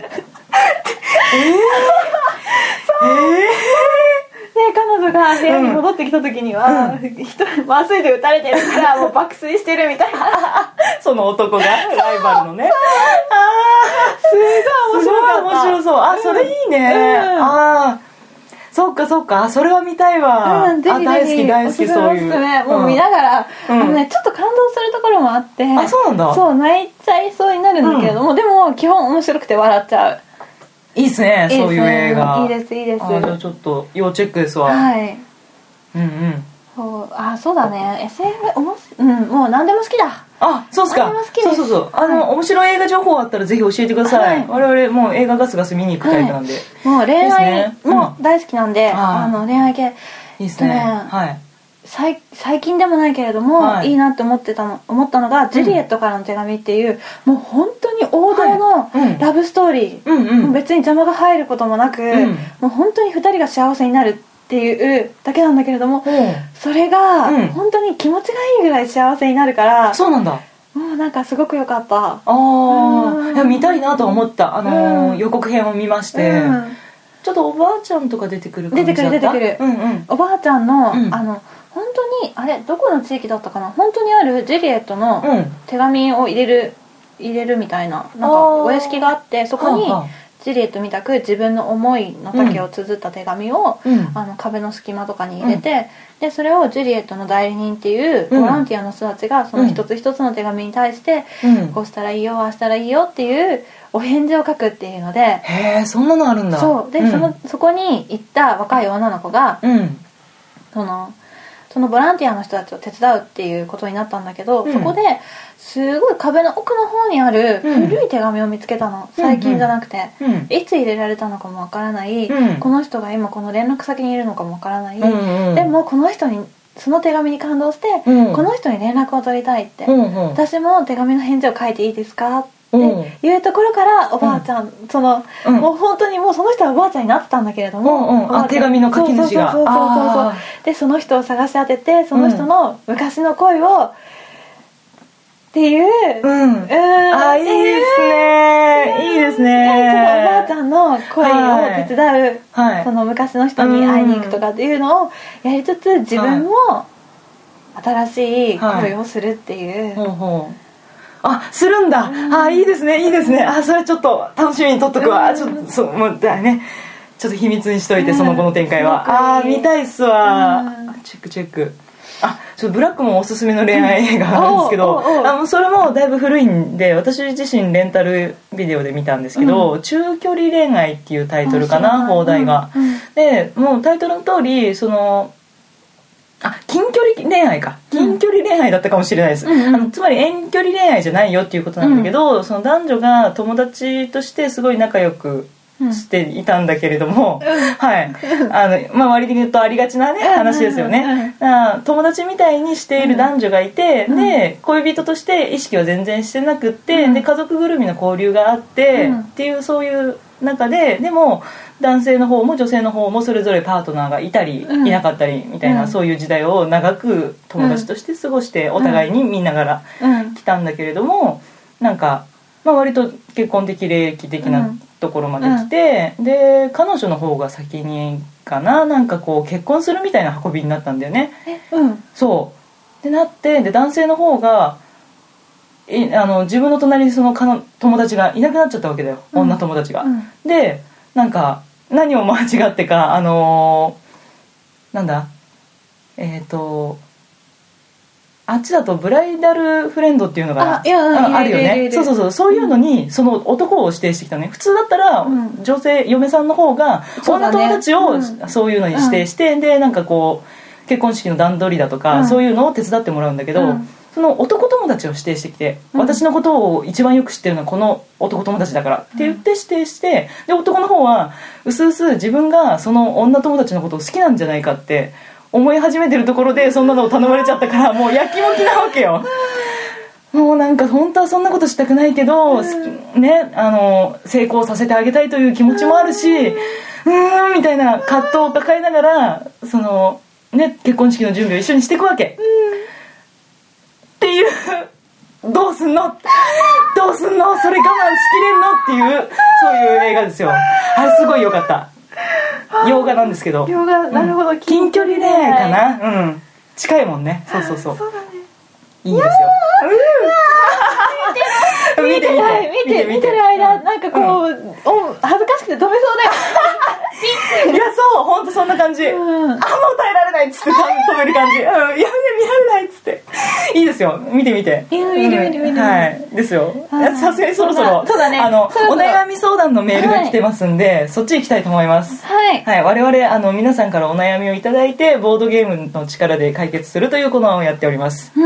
Speaker 2: で彼女が部屋に戻ってきた時には、一人麻酔で撃たれてるからもう爆睡してるみたいな
Speaker 1: その男がライバルのね
Speaker 2: すごい面
Speaker 1: す
Speaker 2: 白
Speaker 1: ごい
Speaker 2: かった
Speaker 1: 面白そうあそれいいね
Speaker 2: うん
Speaker 1: ああそっかそっかあそれは見たいわ
Speaker 2: うん、ぜ
Speaker 1: あ
Speaker 2: ひ
Speaker 1: 大好
Speaker 2: ぜ
Speaker 1: き
Speaker 2: ひ
Speaker 1: 大
Speaker 2: お
Speaker 1: 好
Speaker 2: すす
Speaker 1: き
Speaker 2: め
Speaker 1: そ
Speaker 2: お
Speaker 1: う
Speaker 2: すす
Speaker 1: いう
Speaker 2: め
Speaker 1: う
Speaker 2: もうん見ながら、
Speaker 1: うん
Speaker 2: あのねちょっと感動するところもあって
Speaker 1: あそうなんだ
Speaker 2: そう泣いちゃいそうになるんだけれども、でも基本面白くて笑っちゃう
Speaker 1: いいっすね
Speaker 2: いいですね
Speaker 1: そういう映画
Speaker 2: いいですいいです
Speaker 1: あじゃあちょっと要チェックですわ、
Speaker 2: はい
Speaker 1: うんうん
Speaker 2: そうあそうだね SF おもしうんもう何でも好きだ
Speaker 1: あそうっす
Speaker 2: あ
Speaker 1: か
Speaker 2: れは好きです
Speaker 1: そうそうそうあの、
Speaker 2: はい
Speaker 1: 面白い映画情報あったらぜひ教えてください、
Speaker 2: はい
Speaker 1: 我々もう映画ガスガス見に行くタイプなんで、い、
Speaker 2: もう恋
Speaker 1: で
Speaker 2: 愛
Speaker 1: すねうん
Speaker 2: も大好きなんで、
Speaker 1: あー
Speaker 2: あの恋愛系
Speaker 1: いですね
Speaker 2: ね
Speaker 1: はい
Speaker 2: 最最近でもないけれども、
Speaker 1: はい
Speaker 2: い、いなって思ってたの思ったのが「ジュリエットからの手紙」っていう、もう本当に王道の
Speaker 1: はいうん
Speaker 2: ラブストーリー、
Speaker 1: うんうん
Speaker 2: もう別に邪魔が入ることもなく、
Speaker 1: ん
Speaker 2: もう本当に2人が幸せになるっていうだけなんだけれども、
Speaker 1: う
Speaker 2: それが
Speaker 1: うん
Speaker 2: 本当に気持ちがいいぐらい幸せになるから
Speaker 1: ん、そうなんだ
Speaker 2: もうなんかすごく良かった
Speaker 1: あ
Speaker 2: う
Speaker 1: ー
Speaker 2: ん
Speaker 1: いや見たいなとは思ったあのー
Speaker 2: うん
Speaker 1: 予告編を見まして、
Speaker 2: うん
Speaker 1: ちょっとおばあちゃんとか出てくる感じだった
Speaker 2: 出てくる出てくる
Speaker 1: うんうん
Speaker 2: おばあちゃんの、
Speaker 1: うん
Speaker 2: あの本当にあれどこの地域だったかな本当にあるジュリエットの、
Speaker 1: うん
Speaker 2: 手紙を入れる入れるみたいななん
Speaker 1: あ
Speaker 2: か
Speaker 1: ー
Speaker 2: お屋敷があってそこに
Speaker 1: はあはあ
Speaker 2: ジュリエットみたく自分の思いの丈を綴った手紙を、
Speaker 1: うん
Speaker 2: あの壁の隙間とかに入れて、でそれをジュリエットの代理人っていうボランティアの人たちがその一つ一つの手紙に対して、
Speaker 1: うん
Speaker 2: こうしたらいいよああしたらいいよっていうお返事を書くっていうので
Speaker 1: へえそんなのあるんだ
Speaker 2: そうで、
Speaker 1: ん
Speaker 2: そのそこに行った若い女の子が、
Speaker 1: うん
Speaker 2: そのそのボランティアの人たちを手伝うっていうことになったんだけど、
Speaker 1: うん
Speaker 2: そこですごい壁の奥の方にある
Speaker 1: うん
Speaker 2: 古い手紙を見つけたの、最近じゃなくて、
Speaker 1: うん
Speaker 2: いつ入れられたのかもわからない、
Speaker 1: うん
Speaker 2: この人が今この連絡先にいるのかもわからない、
Speaker 1: うんうん
Speaker 2: でもこの人にその手紙に感動して、
Speaker 1: うん
Speaker 2: この人に連絡を取りたいって、
Speaker 1: うんうん
Speaker 2: 私も手紙の返事を書いていいですかって
Speaker 1: うん
Speaker 2: いうところからおばあちゃん、その、
Speaker 1: うん
Speaker 2: もう本当にもうその人はおばあちゃんになってたんだけれども、
Speaker 1: うんうん
Speaker 2: おばあちゃ
Speaker 1: あ手紙の書き主が
Speaker 2: そうそうそうそうそう
Speaker 1: あ
Speaker 2: でその人を探し当ててその人の昔の恋を、ってい
Speaker 1: う
Speaker 2: う、うん
Speaker 1: んあーいいですねいいです
Speaker 2: でそのおば
Speaker 1: ね
Speaker 2: あちゃんの恋を手伝う、
Speaker 1: はい
Speaker 2: その昔の人に会いに行くとかっていうのをやりつつ自分も新しい恋をするっていう、
Speaker 1: ほうほうあするんだ、あいいですねいいですねあそれちょっと楽しみにとっとくわ、
Speaker 2: うん
Speaker 1: ちょっとそうもうだねちょっと秘密にしといて、
Speaker 2: うん
Speaker 1: その後の展開は
Speaker 2: すごくいい
Speaker 1: あー見たいっすわ、
Speaker 2: うん
Speaker 1: チェックチェックあちょっとブラックもおすすめの恋愛映画なんですけ
Speaker 2: お
Speaker 1: ど、
Speaker 2: うおうおう
Speaker 1: あもうそれもだいぶ古いんで私自身レンタルビデオで見たんですけど「中距離恋愛」っていうタイトルかな
Speaker 2: 面白い
Speaker 1: 放題が、
Speaker 2: うんうん
Speaker 1: でもうタイトルの通りそのあ近距離恋愛か近距離恋愛だったかもしれないです、
Speaker 2: うんうん
Speaker 1: あのつまり遠距離恋愛じゃないよっていうことなんだけど、その男女が友達としてすごい仲良く
Speaker 2: うん
Speaker 1: していたんだけれども、はいあの、まあ、割に言うとありがちなね
Speaker 2: うんうんうん
Speaker 1: 話ですよね、あ友達みたいにしている男女がいて、
Speaker 2: うん
Speaker 1: で恋人として意識は全然してなくって、
Speaker 2: うん
Speaker 1: で家族ぐるみの交流があって、
Speaker 2: うん
Speaker 1: っていうそういう中ででも男性の方も女性の方もそれぞれパートナーがいたり、
Speaker 2: うん
Speaker 1: いなかったりみたいな、
Speaker 2: うん
Speaker 1: そういう時代を長く友達として過ごして、お互いに見ながら
Speaker 2: うん
Speaker 1: 来たんだけれどもなんか、まあ、割と結婚的礼儀的
Speaker 2: う
Speaker 1: なんところまで来て、で彼女の方が先にかななんかこう結婚するみたいな運びになったんだよね。
Speaker 2: えうん
Speaker 1: そうでなってで男性の方がいあの自分の隣にそのかの友達がいなくなっちゃったわけだよ、
Speaker 2: うん
Speaker 1: 女友達が。
Speaker 2: うん
Speaker 1: でなんか何を間違ってかあのーなんだえっ、とあっちだとブライダルフレンドっていうのが
Speaker 2: あいやうん
Speaker 1: ああ
Speaker 2: い
Speaker 1: る
Speaker 2: る
Speaker 1: よ
Speaker 2: いるいるい
Speaker 1: ねそ
Speaker 2: る
Speaker 1: うそうそうそういうのにその男を指定してきたのね普通だったら
Speaker 2: うん
Speaker 1: 女性、嫁さんの方が
Speaker 2: そう
Speaker 1: 女
Speaker 2: だね
Speaker 1: 友達を
Speaker 2: うん
Speaker 1: そういうのに指定して、でなんかこう結婚式の段取りだとか、
Speaker 2: うん
Speaker 1: そういうのを手伝ってもらうんだけど、
Speaker 2: うん
Speaker 1: その男友達を指定してきて、
Speaker 2: うん
Speaker 1: 私のことを一番よく知ってるのはこの男友達だからって言って指定して、で男の方はうすうす自分がその女友達のことを好きなんじゃないかって思い始めてるところでそんなのを頼まれちゃったからもうやきもきなわけよ。もうなんか本当はそんなことしたくないけど、好きね、あの成功させてあげたいという気持ちもあるしうーんみたいな葛藤を抱えながらその、ね、結婚式の準備を一緒にしていくわけ。っていうどうすんのどうすんのそれ我慢しきれんのっていうそういう映画ですよあれすごい良かった洋画なんですけど
Speaker 2: 両がなるほど、
Speaker 1: 近距離恋愛かなうん近いもんねそうそうそう
Speaker 2: そうだね
Speaker 1: いいんですようん見
Speaker 2: 見てない見て見てる間なんかこう、お恥ずかしくて止めそうだ
Speaker 1: いやそう本当そんな感じ、
Speaker 2: よ、
Speaker 1: あ
Speaker 2: うん、
Speaker 1: もう耐えられないっつって止める感じ、うん、やめて見られないっつっていいですよ見て見て
Speaker 2: いや見る見る見る
Speaker 1: はいですよ
Speaker 2: はい
Speaker 1: さすがにそろそろ
Speaker 2: そうだね
Speaker 1: あの
Speaker 2: そろそろ
Speaker 1: お悩み相談のメールが来てますんで、そっち行きたいと思います
Speaker 2: はい
Speaker 1: はい、我々あの皆さんからお悩みをいただいてボードゲームの力で解決するというコーナーをやっております
Speaker 2: で
Speaker 1: で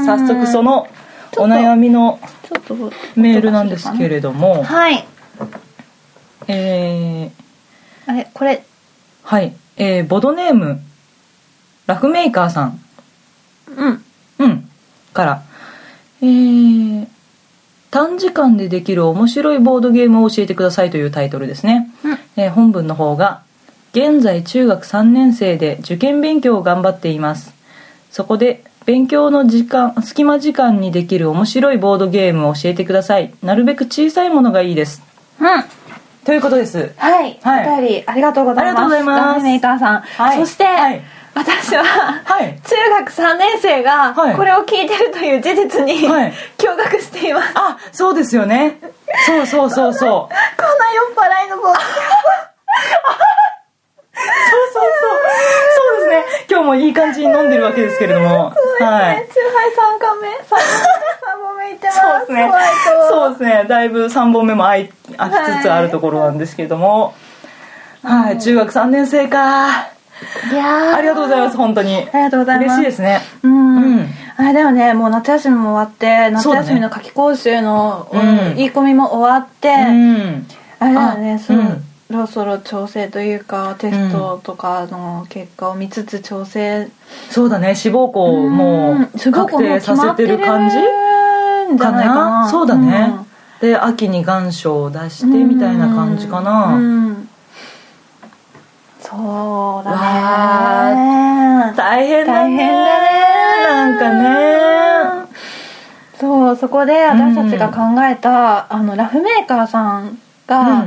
Speaker 1: 早速その
Speaker 2: ち
Speaker 1: お
Speaker 2: ょっと
Speaker 1: 悩みの
Speaker 2: ちょっと
Speaker 1: メールなんですけれども
Speaker 2: はい
Speaker 1: えー、
Speaker 2: あれこれ
Speaker 1: はい、えー、ボドネームラフメーカーさん
Speaker 2: うん
Speaker 1: うん。から。えー、短時間でできる面白いボードゲームを教えてくださいというタイトルですね。
Speaker 2: うん
Speaker 1: えー本文の方が、現在中学3年生で受験勉強を頑張っています。そこで、勉強の時間、隙間時間にできる面白いボードゲームを教えてください。なるべく小さいものがいいです。
Speaker 2: うん
Speaker 1: ということです。
Speaker 2: はい、
Speaker 1: はい
Speaker 2: お便りありがとうござ
Speaker 1: あ
Speaker 2: います
Speaker 1: りがとうございます
Speaker 2: ラーメンメーカーさん、
Speaker 1: はい
Speaker 2: そして、
Speaker 1: はい
Speaker 2: 私は
Speaker 1: はい。
Speaker 2: 中学3年生が
Speaker 1: はい
Speaker 2: これを聞いてるという事実に、
Speaker 1: はい
Speaker 2: 驚愕しています
Speaker 1: あ、そうですよね。そうそうそうそう。
Speaker 2: こんな酔っ払いの子
Speaker 1: そうそうそう。そうですね。今日もいい感じに飲んでるわけですけれども。はい。
Speaker 2: チューハイ三カ目、三三本目いってます。
Speaker 1: そうですね
Speaker 2: ホワイ。ト
Speaker 1: そうですね。だいぶ3本目も空い空きつつあるところなんですけれども。はい。中学3年生か。
Speaker 2: いやー
Speaker 1: ありがとうございます、本当に
Speaker 2: あ。りがとうございま
Speaker 1: 嬉
Speaker 2: す。
Speaker 1: しいですね。
Speaker 2: うん。
Speaker 1: うん
Speaker 2: あれだよね、もう夏休みも終わって、夏
Speaker 1: そうだね
Speaker 2: 休みの夏季講習の、
Speaker 1: うん
Speaker 2: 言い込みも終わって、
Speaker 1: うん。
Speaker 2: あれだよね、そう、
Speaker 1: うん
Speaker 2: ろそろ調整というかテストとかの結果を見つつ調整、
Speaker 1: そうだね志望校をも
Speaker 2: うん
Speaker 1: う
Speaker 2: すごく
Speaker 1: 確
Speaker 2: もう
Speaker 1: 定
Speaker 2: 決
Speaker 1: さ
Speaker 2: ま
Speaker 1: せ
Speaker 2: って
Speaker 1: て
Speaker 2: る
Speaker 1: る感じ
Speaker 2: んじゃ
Speaker 1: か
Speaker 2: ないかな
Speaker 1: なそうだね、で秋に願書を出してみたいな感じかな、
Speaker 2: うんうんそうだね
Speaker 1: 大変だね
Speaker 2: 大変だね
Speaker 1: なんかね
Speaker 2: そうそこで私たちが考えた、あのラフメーカーさんが、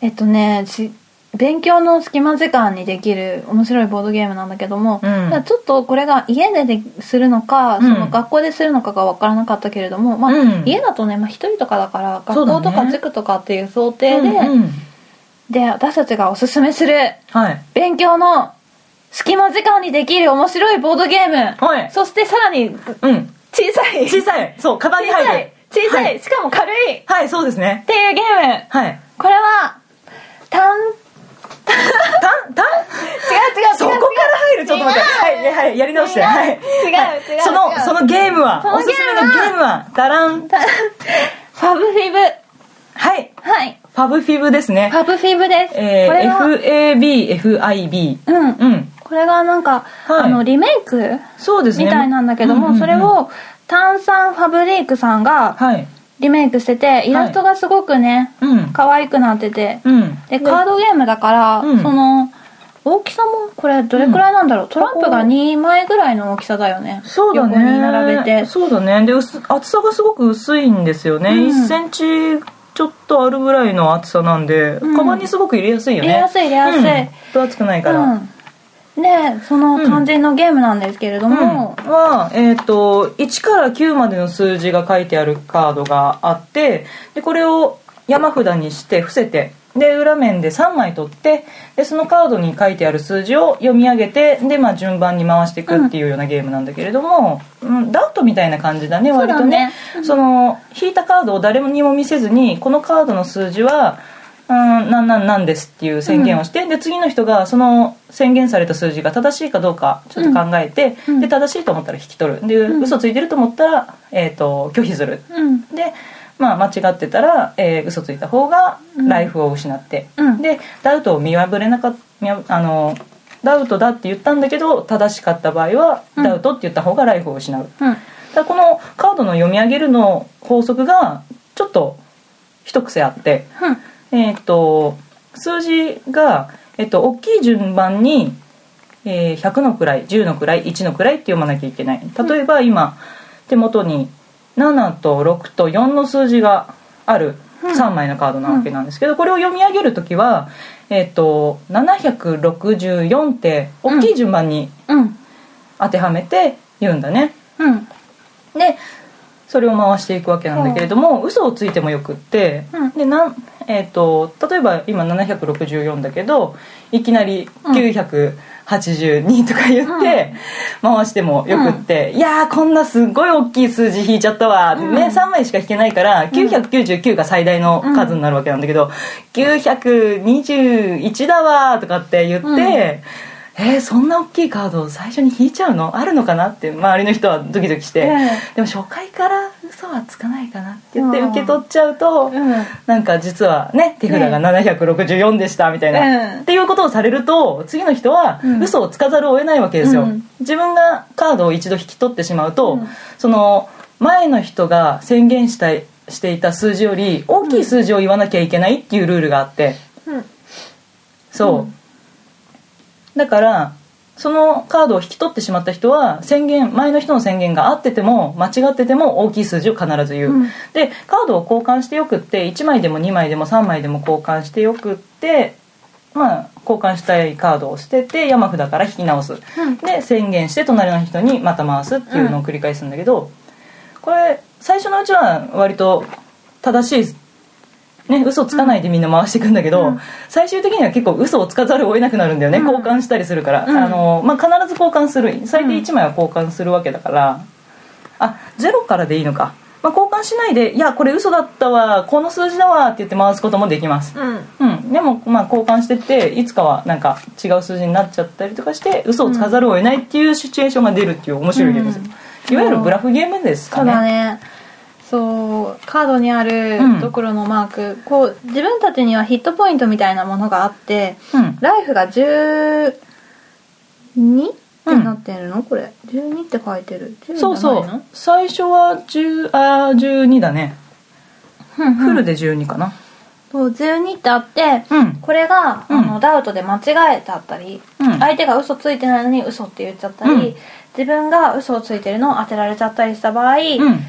Speaker 2: えっとねし勉強の隙間時間にできる面白いボードゲームなんだけども、
Speaker 1: うん
Speaker 2: だからちょっとこれが家ででするの
Speaker 1: う
Speaker 2: か、
Speaker 1: ん
Speaker 2: その学校でするのかが分からなかったけれども、まあ
Speaker 1: うん
Speaker 2: 家だとね、まあ、1人とかだから
Speaker 1: そう
Speaker 2: 学
Speaker 1: だね
Speaker 2: 校とか塾とかっていう想
Speaker 1: う
Speaker 2: 定
Speaker 1: ん
Speaker 2: で、
Speaker 1: うんうん
Speaker 2: で私たちがおすすめする
Speaker 1: はい
Speaker 2: 勉強の隙間時間にできる面白いボードゲーム、
Speaker 1: はい
Speaker 2: そしてさらに
Speaker 1: うん
Speaker 2: 小さい
Speaker 1: 小さいそうカバンに
Speaker 2: 小さ
Speaker 1: 入る
Speaker 2: い小さい、
Speaker 1: はい
Speaker 2: しかも軽いっ
Speaker 1: はいそうですね
Speaker 2: ていうゲーム
Speaker 1: はい
Speaker 2: これは単違う違う
Speaker 1: たんたん
Speaker 2: 違う
Speaker 1: そこから入るちょっと待ってはいねはいやり直して
Speaker 2: 違う
Speaker 1: はい
Speaker 2: 違う
Speaker 1: はい
Speaker 2: 違う
Speaker 1: そ
Speaker 2: 違
Speaker 1: の
Speaker 2: う
Speaker 1: そのゲームは
Speaker 2: その
Speaker 1: お
Speaker 2: ゲームは
Speaker 1: すすめのゲームはダラン
Speaker 2: ファブフィブ
Speaker 1: はい
Speaker 2: はい
Speaker 1: ファブフィブですね
Speaker 2: ファブフィブです、
Speaker 1: え
Speaker 2: これは、
Speaker 1: ー FABFIB
Speaker 2: うん
Speaker 1: うん
Speaker 2: これがなんか、
Speaker 1: はい
Speaker 2: あのリメイク
Speaker 1: そうですね
Speaker 2: みたいなんだけども、
Speaker 1: ううう
Speaker 2: それを炭酸ファブリークさんが
Speaker 1: はい
Speaker 2: リメイクしててイラストがすごくね、
Speaker 1: うん
Speaker 2: 可愛くなってて、
Speaker 1: うん
Speaker 2: でカードゲームだから、
Speaker 1: うん
Speaker 2: その大きさもこれどれくらいなんだろう、トランプが2枚ぐらいの大きさだよね
Speaker 1: そうだね
Speaker 2: 横に並べて
Speaker 1: そうだねで薄厚さがすごく薄いんですよね、
Speaker 2: うん
Speaker 1: 1センチちょっとあるぐらいの厚さなんで、
Speaker 2: うん
Speaker 1: カバンにすごく入れやすいよね
Speaker 2: 入れやすい入れやすい
Speaker 1: うん分厚くないから、
Speaker 2: うん、でその肝心のゲームなんですけれど
Speaker 1: うん
Speaker 2: も、
Speaker 1: は、えー、と1から9までの数字が書いてあるカードがあってでこれを山札にして伏せてで裏面で3枚取ってでそのカードに書いてある数字を読み上げてで、まあ、順番に回していくっていうようなゲームなんだけれども、うん、ダウトみたいな感じだね
Speaker 2: そう
Speaker 1: 割
Speaker 2: だ
Speaker 1: とね
Speaker 2: ね
Speaker 1: その引いたカードを誰にも見せずにこのカードの数字はうんなんなんなんですっていう宣言をして、で次の人がその宣言された数字が正しいかどうかちょっと考えて、
Speaker 2: うん
Speaker 1: で正しいと思ったら引き取るで、
Speaker 2: うん
Speaker 1: 嘘ついてると思ったら、えー、と拒否する
Speaker 2: うん
Speaker 1: で、まあ、間違ってたら、えー嘘ついた方が
Speaker 2: うん
Speaker 1: ライフを失って、
Speaker 2: うん
Speaker 1: でダウトを見破れなかっ見破あのダウトだって言ったんだけど正しかった場合は、
Speaker 2: うん
Speaker 1: ダウトって言った方がライフを失う
Speaker 2: うん
Speaker 1: ただこのカードの読み上げるの法則がちょっと一癖あって、えー、と数字が、えっと大きい順番に、えー100の位10の位1の位って読まなきゃいけない例えば今、手元に7と6と4の数字がある
Speaker 2: うん
Speaker 1: 3枚のカードなわけなんですけど、これを読み上げる時は、えっと764って大きい順番に
Speaker 2: うんうん
Speaker 1: 当てはめて言うんだね。
Speaker 2: うん
Speaker 1: でそれを回していくわけなんだけれども、嘘をついてもよくって、
Speaker 2: うん
Speaker 1: でなんえー、と例えば今764だけどいきなり
Speaker 2: うん
Speaker 1: 982とか言って、回してもよくって「いやーこんなすごい大きい数字引いちゃったわ」
Speaker 2: うん
Speaker 1: ね3枚しか引けないから999が最大の数になるわけなんだけど「921だわ」とかって言って。
Speaker 2: うん
Speaker 1: えーそんな大きいカードを最初に引いちゃうのあるのかなって周りの人はドキドキして、
Speaker 2: え
Speaker 1: でも初回から嘘はつかないかなって言って
Speaker 2: うん
Speaker 1: 受け取っちゃうと、
Speaker 2: うん
Speaker 1: なんか実はね手札が764でしたみたいな、
Speaker 2: うん
Speaker 1: っていうことをされると次の人は
Speaker 2: うん
Speaker 1: 嘘をつかざるを得ないわけですよ、
Speaker 2: うん
Speaker 1: 自分がカードを一度引き取ってしまうと、
Speaker 2: うん
Speaker 1: その前の人が宣言したいしていた数字より大きい数字を言わなきゃいけないっていうルールがあって。
Speaker 2: うん
Speaker 1: そう、
Speaker 2: うん
Speaker 1: だからそのカードを引き取ってしまった人は宣言前の人の宣言が合ってても間違ってても大きい数字を必ず言う、
Speaker 2: うん
Speaker 1: でカードを交換してよくって1枚でも2枚でも3枚でも交換してよくってまあ交換したいカードを捨てて山札から引き直す、
Speaker 2: うん
Speaker 1: で宣言して隣の人にまた回すっていうのを繰り返すんだけど、これ最初のうちは割と正しいね、嘘つかないでみんな回していくんだけど、
Speaker 2: うん
Speaker 1: 最終的には結構嘘をつかざるを得なくなるんだよね、
Speaker 2: うん
Speaker 1: 交換したりするから、
Speaker 2: うん
Speaker 1: あのまあ、必ず交換する最低1枚は交換するわけだから、あゼロからでいいのか、まあ、交換しないで「いやこれ嘘だったわこの数字だわ」って言って回すこともできます、
Speaker 2: うん
Speaker 1: うん、でもまあ交換してっていつかはなんか違う数字になっちゃったりとかして嘘をつかざるを得ないっていうシチュエーションが出るっていう面白いゲームですよ、
Speaker 2: うん
Speaker 1: いわゆるブラフゲームです
Speaker 2: そ
Speaker 1: か
Speaker 2: うだ
Speaker 1: ね
Speaker 2: ねそうカードにあ
Speaker 1: うん
Speaker 2: るドクロのマーク、こう自分たちにはヒットポイントみたいなものがあって
Speaker 1: うん
Speaker 2: ライフが 12? ってなってるの、これ12って書いてる12
Speaker 1: そうそ
Speaker 2: じゃないう
Speaker 1: 最初は10あー12だね
Speaker 2: の
Speaker 1: フル
Speaker 2: で
Speaker 1: で12かな
Speaker 2: そう12ってあって
Speaker 1: うん
Speaker 2: これが、
Speaker 1: うん
Speaker 2: あのダウトで間違えたったり、
Speaker 1: うん
Speaker 2: 相手が嘘ついてないのに嘘って言っちゃったり、
Speaker 1: うん
Speaker 2: 自分が嘘をついてるのを当てられちゃったりした場合、
Speaker 1: うん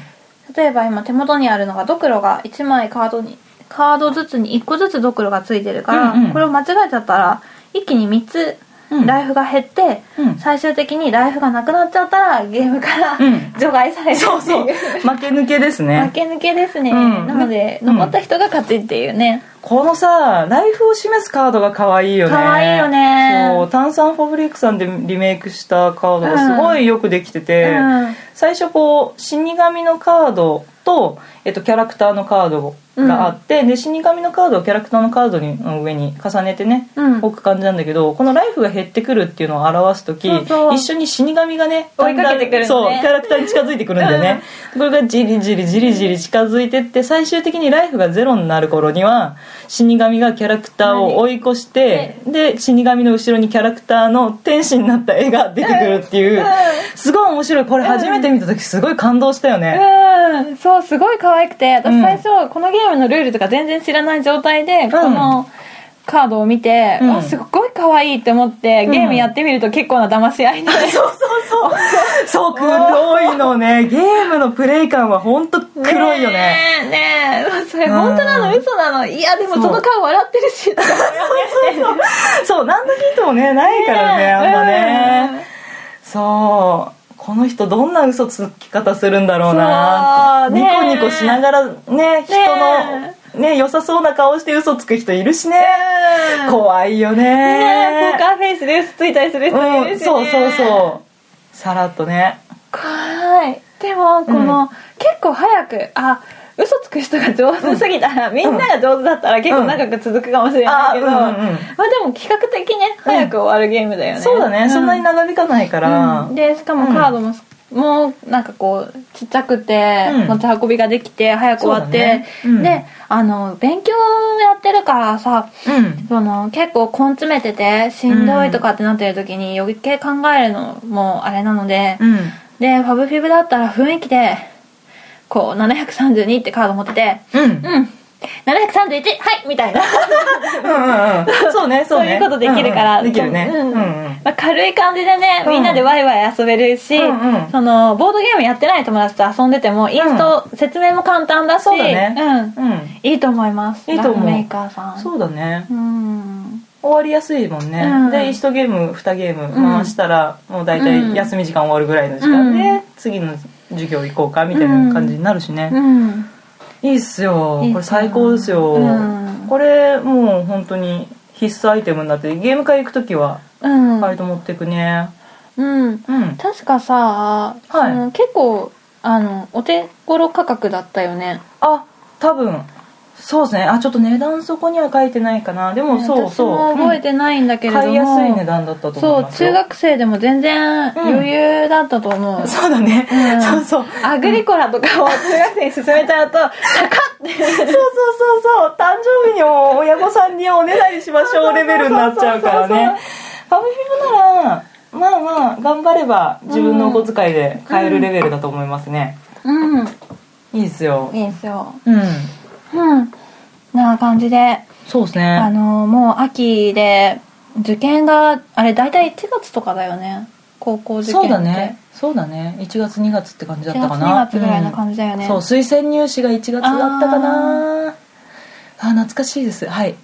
Speaker 2: 例えば今手元にあるのがドクロが1枚カードにカードずつに1個ずつドクロがついてるから、
Speaker 1: うんうん
Speaker 2: これを間違えちゃったら一気に3つ
Speaker 1: うん
Speaker 2: ライフが減って、
Speaker 1: うん
Speaker 2: 最終的にライフがなくなっちゃったらゲームから、
Speaker 1: うん
Speaker 2: 除外されるってい
Speaker 1: そうそう負け抜けです
Speaker 2: 負
Speaker 1: ね
Speaker 2: け抜けですね、
Speaker 1: うん
Speaker 2: なので
Speaker 1: うん
Speaker 2: 残った人が勝ちっていうね、
Speaker 1: このさライフを示すカードが可愛いよね
Speaker 2: 可愛いよね
Speaker 1: そう炭酸ファブリックさんでリメイクしたカードがすごいよくできてて、
Speaker 2: うん
Speaker 1: 最初こう死神のカードと、えっと、キャラクターのカードがあって、で死神のカードをキャラクターのカードにの上に重ねてね、
Speaker 2: うん
Speaker 1: 置く感じなんだけどこのライフが減ってくるっていうのを表す時
Speaker 2: そうそう
Speaker 1: 一緒に死神がね
Speaker 2: 追いかけてくる
Speaker 1: そう
Speaker 2: のね
Speaker 1: キャラクターに近づいてくるんだよね、これがじりじりじりじり近づいてって最終的にライフがゼロになる頃には死神がキャラクターを追い越して、で死神の後ろにキャラクターの天使になった絵が出てくるっていう、すごい面白いこれ初めて見た時すごい感動したよね、
Speaker 2: うん、そうすごい可愛くて
Speaker 1: う
Speaker 2: 私
Speaker 1: ん
Speaker 2: 最初、このゲームのルールとか全然知らない状態で、
Speaker 1: ん
Speaker 2: このカードを見て、
Speaker 1: うん
Speaker 2: あすっごい可愛いって思ってゲームやってみると結構な騙し合い で、
Speaker 1: そうそうそうそう黒いのねゲームのプレイ感は本当黒いよね
Speaker 2: ねえねえそれ
Speaker 1: うん
Speaker 2: 本当なの嘘なのいやでも
Speaker 1: そう
Speaker 2: その顔笑って るしとか
Speaker 1: そう何のヒントもねないからねあんまね、そうこの人どんな嘘つき方するんだろうな
Speaker 2: そうね
Speaker 1: ニコニコしながらね人のね良さそうな顔して嘘つく人いるしね
Speaker 2: うん
Speaker 1: 怖いよね
Speaker 2: ねえポーカーフェイスで嘘ついたりする人いるし、ね
Speaker 1: うん、そうそうそうさらっとね
Speaker 2: 怖いでもこの、
Speaker 1: う
Speaker 2: 結構早くあ嘘つく人が上手すぎたら、みんなが上手だったら結構長く続くかもしれないけど、
Speaker 1: うんあうんうんうん
Speaker 2: まあでも比較的ね早く終わるゲームだよね、
Speaker 1: そうだね、そんなに
Speaker 2: な
Speaker 1: 長引かないから、うん、
Speaker 2: でしかもカードも、もうなんかこうちっちゃくて、
Speaker 1: うん
Speaker 2: 持ち運びができて早く終わって、
Speaker 1: そうだねうん
Speaker 2: であの勉強やってるからさその結構根詰めててしんどいとかってなってる時に余計考えるのもあれなので、
Speaker 1: うん
Speaker 2: でファブフィブだったら雰囲気でこう732ってカード持ってて
Speaker 1: うんうん
Speaker 2: うん731はいみたいな
Speaker 1: うんうんそうねそ
Speaker 2: そ
Speaker 1: う
Speaker 2: うい
Speaker 1: ね
Speaker 2: うことできるから、
Speaker 1: うんうんできるね
Speaker 2: う
Speaker 1: うんんうん
Speaker 2: まあ、軽い感じでね
Speaker 1: うん
Speaker 2: みんなでワイワイ遊べるし、
Speaker 1: うんうん
Speaker 2: そのボードゲームやってない友達と遊んでてもインスト、説明も簡単だし
Speaker 1: そうだね
Speaker 2: うん、いいと思います
Speaker 1: いいと思う
Speaker 2: ラフメーカーさん
Speaker 1: そうだね
Speaker 2: うん
Speaker 1: 終わりやすいもんね、
Speaker 2: うん
Speaker 1: で1ゲーム2ゲーム回したら、もう大体休み時間終わるぐらいの時間で、
Speaker 2: うん
Speaker 1: 次の授業行こうかみたいな感じになるしね、
Speaker 2: うん
Speaker 1: いいっすよ
Speaker 2: いいっすよ
Speaker 1: これ最高ですよ、
Speaker 2: うん
Speaker 1: これもう本当に必須アイテムになってゲーム会行く時は
Speaker 2: うん、
Speaker 1: 割と持ってくね
Speaker 2: うん
Speaker 1: うん
Speaker 2: 確かさ、
Speaker 1: い
Speaker 2: その結構あのお手頃価格だったよね
Speaker 1: あ多分そうですねあちょっと値段そこには書いてないかなでもそうそう
Speaker 2: 私も覚えてないんだけれども、
Speaker 1: 買いやすい値段だったと
Speaker 2: そ
Speaker 1: 思いうます
Speaker 2: 中
Speaker 1: よ
Speaker 2: 学生でも全然余裕だったと思う、
Speaker 1: そうだね、
Speaker 2: うん
Speaker 1: そうそう
Speaker 2: アグリコラとかを中学生に勧めちゃうと高っ
Speaker 1: そうそうそうそう誕生日にも親御さんにおねだりしましょうレベルになっちゃうからねファミフィムならまあまあ頑張れば自分のお小遣いで買えるレベルだと思いますね、
Speaker 2: うん
Speaker 1: いいですよ
Speaker 2: いいですよ
Speaker 1: うん
Speaker 2: うんな感じで
Speaker 1: そうです
Speaker 2: あ
Speaker 1: ね
Speaker 2: のもう秋で受験があれ大体1月とかだよね高校受験
Speaker 1: そうだねそうだね1月2月って感じだ
Speaker 2: 1
Speaker 1: っ
Speaker 2: 月
Speaker 1: たかな
Speaker 2: 2月ぐらいの感じだよね、
Speaker 1: そう推薦入試が1月だったかなあ懐かしいですはい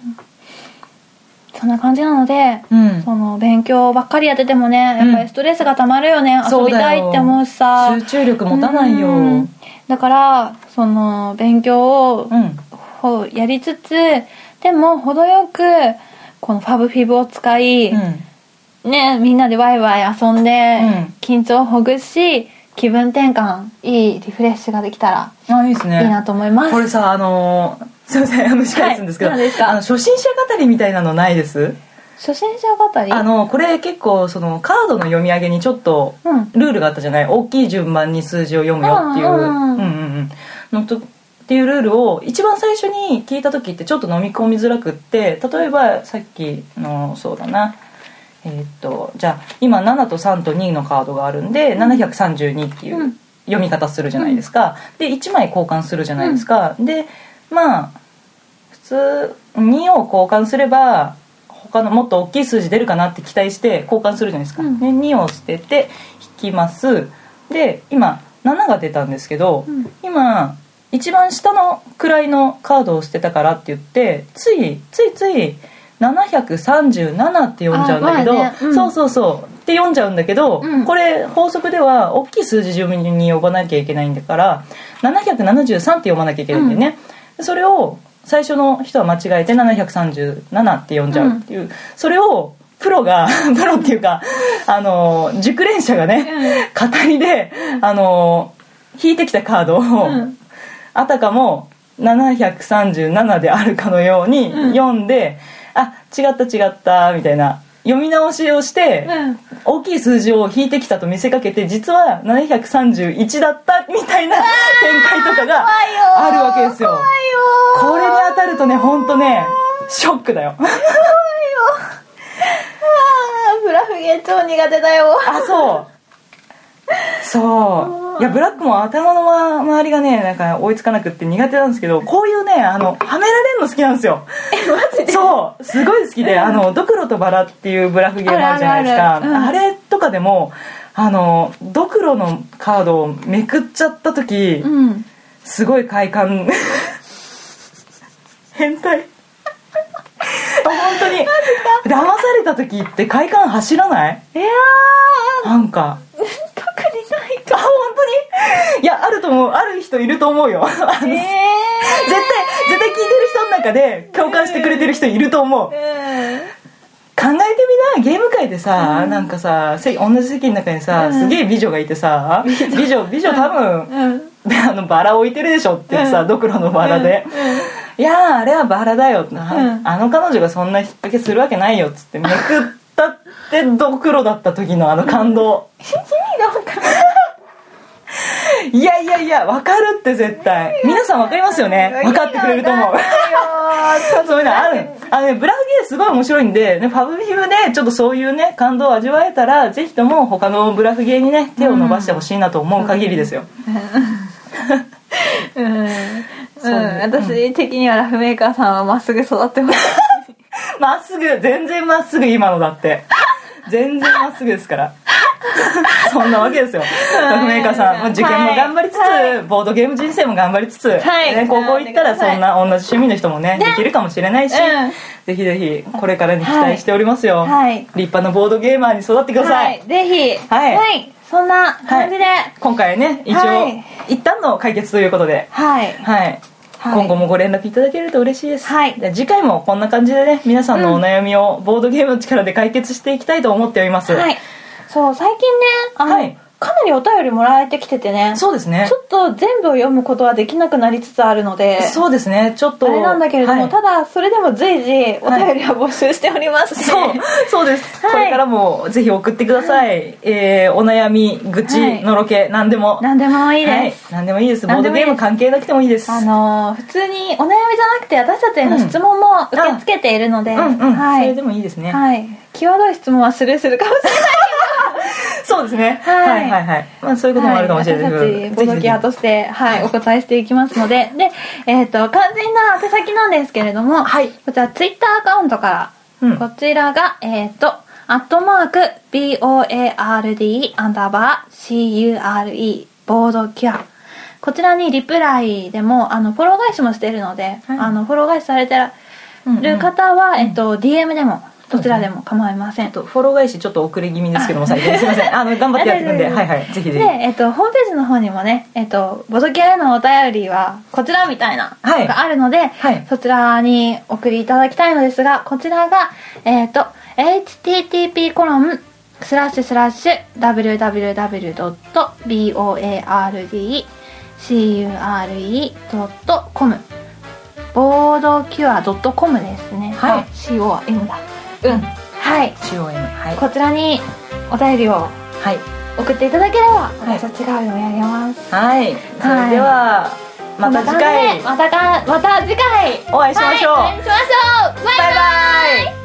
Speaker 2: そんな感じなので、
Speaker 1: うん
Speaker 2: その勉強ばっかりやっててもねやっぱりストレスがたまるよね、遊
Speaker 1: そう
Speaker 2: びた
Speaker 1: だ
Speaker 2: い
Speaker 1: よ
Speaker 2: って思うしさ
Speaker 1: 集中力持たないよう
Speaker 2: うんんだからその勉強を
Speaker 1: うん
Speaker 2: ほうやりつつでも程よくこのファブフィブを使い、ねみんなでワイワイ遊んで、
Speaker 1: うん
Speaker 2: 緊張をほぐし気分転換いいリフレッシュができたら
Speaker 1: あいいですね
Speaker 2: いいなと思います、
Speaker 1: これさあのーすいませんあの控えするんですけど、
Speaker 2: はい何ですか
Speaker 1: あの初心者語りみたいなのないです
Speaker 2: 初心者語り
Speaker 1: あのこれ結構そのカードの読み上げにちょっと
Speaker 2: うん
Speaker 1: ルールがあったじゃない大きい順番に数字を読むよっていう,、
Speaker 2: うんうんうん
Speaker 1: うんうんのとっていうルールを一番最初に聞いた時ってちょっと飲み込みづらくって例えばさっきのそうだなえーっとじゃあ今7と3と2のカードがあるんで、732っていう読み方するじゃないですか、で1枚交換するじゃないですか、でまあ普通2を交換すれば他のもっと大きい数字出るかなって期待して交換するじゃないですか、
Speaker 2: うん
Speaker 1: で2を捨てて引きますで今7が出たんですけど、
Speaker 2: うん
Speaker 1: 今一番下の位のカードを捨てたからって言ってついついつい737って読んじゃうんだけど、
Speaker 2: あまあねうん
Speaker 1: そうそうそうって読んじゃうんだけど、
Speaker 2: うん
Speaker 1: これ法則では大きい数字順に呼ばなきゃいけないんだから773って読まなきゃいけないんだよね、それを最初の人は間違えて737って読んじゃうっていう、それをプロが プロっていうかあの熟練者がね語りであの引いてきたカードを、
Speaker 2: うん
Speaker 1: あたかも737であるかのように
Speaker 2: うん
Speaker 1: 読んで、あ違った違ったみたいな読み直しをして、
Speaker 2: うん
Speaker 1: 大きい数字を引いてきたと見せかけて実は731だったみたいな展開とかがあるわけですよ。
Speaker 2: 怖いよー
Speaker 1: これに当たるとね本当ねショックだよ
Speaker 2: あーブラフゲー超苦手だよ
Speaker 1: あそうそういやブラックも頭のま周りがねなんか追いつかなくって苦手なんですけどこういうねあのはめられるの好きなんですよ
Speaker 2: えマジ
Speaker 1: そうすごい好きで「あのドクロとバラ」っていうブラフゲームあるじゃないですかあ
Speaker 2: あるあるある
Speaker 1: れとかでもあのドクロのカードをめくっちゃった時、
Speaker 2: うん
Speaker 1: すごい快 感変態本当に騙された時って快感走らない
Speaker 2: いやー
Speaker 1: なんか
Speaker 2: 特にない
Speaker 1: あ
Speaker 2: か
Speaker 1: 本当にいやあると思うある人いると思うよあの絶対
Speaker 2: え
Speaker 1: 絶対聞いてる人の中で共感してくれてる人いると思う
Speaker 2: え
Speaker 1: 考えてみなゲーム界でさ、なんかさせ同じ席の中にさ、
Speaker 2: うん
Speaker 1: すげえ美女がいてさ美女美女多分、
Speaker 2: うんうん
Speaker 1: あのバラ置いてるでしょってさ、
Speaker 2: うん
Speaker 1: ドクロのバラで、いやーあれはバラだよ、な
Speaker 2: うん
Speaker 1: あの彼女がそんな引っ掛けするわけないよっつっ てめくったってドクロだった時のあの感 動、
Speaker 2: 意味が分からない
Speaker 1: いやいやいやわかるって絶対皆さんわかりますよね分かってくれると思う そういうのあるあの、ね、ブラフゲーすごい面白いんで、ね、パブフィムでちょっとそういうね感動を味わえたらぜひとも他のブラフゲーにね手を伸ばしてほしいなと思う限りですよ、
Speaker 2: うん、うん
Speaker 1: そうね
Speaker 2: 私的にはラフメーカーさんはまっすぐ育ってます
Speaker 1: まっすぐ全然まっすぐ今のだって全然まっすぐですから そんなわけですよ
Speaker 2: い
Speaker 1: メーカーさん、まあ受験も頑張りつつ、
Speaker 2: は
Speaker 1: ボードゲーム人生も頑張りつつ、
Speaker 2: はい
Speaker 1: ね、高校行ったらそんな同じ趣味の人もね
Speaker 2: ね
Speaker 1: できるかもしれないし、
Speaker 2: うん
Speaker 1: ぜひぜひこれからに期待しておりますよ、
Speaker 2: はい
Speaker 1: 立派なボードゲーマーに育ってください、
Speaker 2: はいぜひ
Speaker 1: はい
Speaker 2: そんな感じではい、
Speaker 1: 今回ね一応、
Speaker 2: はい
Speaker 1: 一旦の解決ということで、はい
Speaker 2: はい
Speaker 1: 今後もご連絡いただけると嬉しいです、
Speaker 2: はい
Speaker 1: で次回もこんな感じでね皆さんのお悩みをボードゲームの力で解決していきたいと思っております、
Speaker 2: はい、そう最近ねあの、
Speaker 1: はい
Speaker 2: かなりお便りもらえてきててね
Speaker 1: そうですね
Speaker 2: ちょっと全部を読むことはできなくなりつつあるので
Speaker 1: そうですねちょっ
Speaker 2: あ
Speaker 1: と
Speaker 2: れなんだけれども、
Speaker 1: はい
Speaker 2: ただそれでも随時お便りは募集しておりますし、
Speaker 1: そうそうです、
Speaker 2: はい
Speaker 1: これからもぜひ送ってください、えーお悩み愚
Speaker 2: はい
Speaker 1: 痴のろけ何でも
Speaker 2: 何でもいいです、
Speaker 1: はい、何でもいいですボ
Speaker 2: 何
Speaker 1: ー
Speaker 2: で
Speaker 1: ド
Speaker 2: もいい
Speaker 1: ゲー
Speaker 2: です
Speaker 1: ム関係なくてもいいです
Speaker 2: あのー普通にお悩みじゃなくて私たちへの質問も受け付けているので、
Speaker 1: うんうん、
Speaker 2: は
Speaker 1: そ
Speaker 2: い
Speaker 1: れでもいいですね、
Speaker 2: はい、際どい質問はスルーするかもしれない
Speaker 1: そうですね、
Speaker 2: は
Speaker 1: は
Speaker 2: い
Speaker 1: いはいはいまあ、そういうこともあるかもしれない
Speaker 2: はい私たちボドキアとして、はい、お答えしていきますのでで、えっと肝心な宛先なんですけれども、
Speaker 1: はい
Speaker 2: こちらツイッターアカウントから、
Speaker 1: うん
Speaker 2: こちらがえっ、とアットマーク BOARD アンダーバー CURE ボードキュアこちらにリプライでもあのフォロー返しもしているので、
Speaker 1: はい
Speaker 2: あのフォロー返しされてる方は、えっと DM でもどちらでも構いません、
Speaker 1: とフォロー返しちょっと遅れ気味ですけども最近すいま せんあの頑張ってやっていくんではいはいぜひぜひ
Speaker 2: で、えっと、ホームページの方にもね、えっと、ボドキャへのお便りはこちらみたいな
Speaker 1: はい
Speaker 2: のがあるので、
Speaker 1: はい
Speaker 2: そちらにお送りいただきたいのですがこちらが、えっと http コロンスラッシュスラッシュ www.boardcure.com ボードキュア .com ですね
Speaker 1: はい
Speaker 2: あ COM だ
Speaker 1: うん
Speaker 2: はい
Speaker 1: 中央へのはい
Speaker 2: こちらにお便りを
Speaker 1: はい
Speaker 2: 送っていただければ
Speaker 1: い
Speaker 2: 私たちが読み上げます、
Speaker 1: はいそれでは、また次回
Speaker 2: またかまた次回
Speaker 1: お会いしましょう
Speaker 2: はいお会いしましょうバイバ
Speaker 1: バイバイ
Speaker 2: イ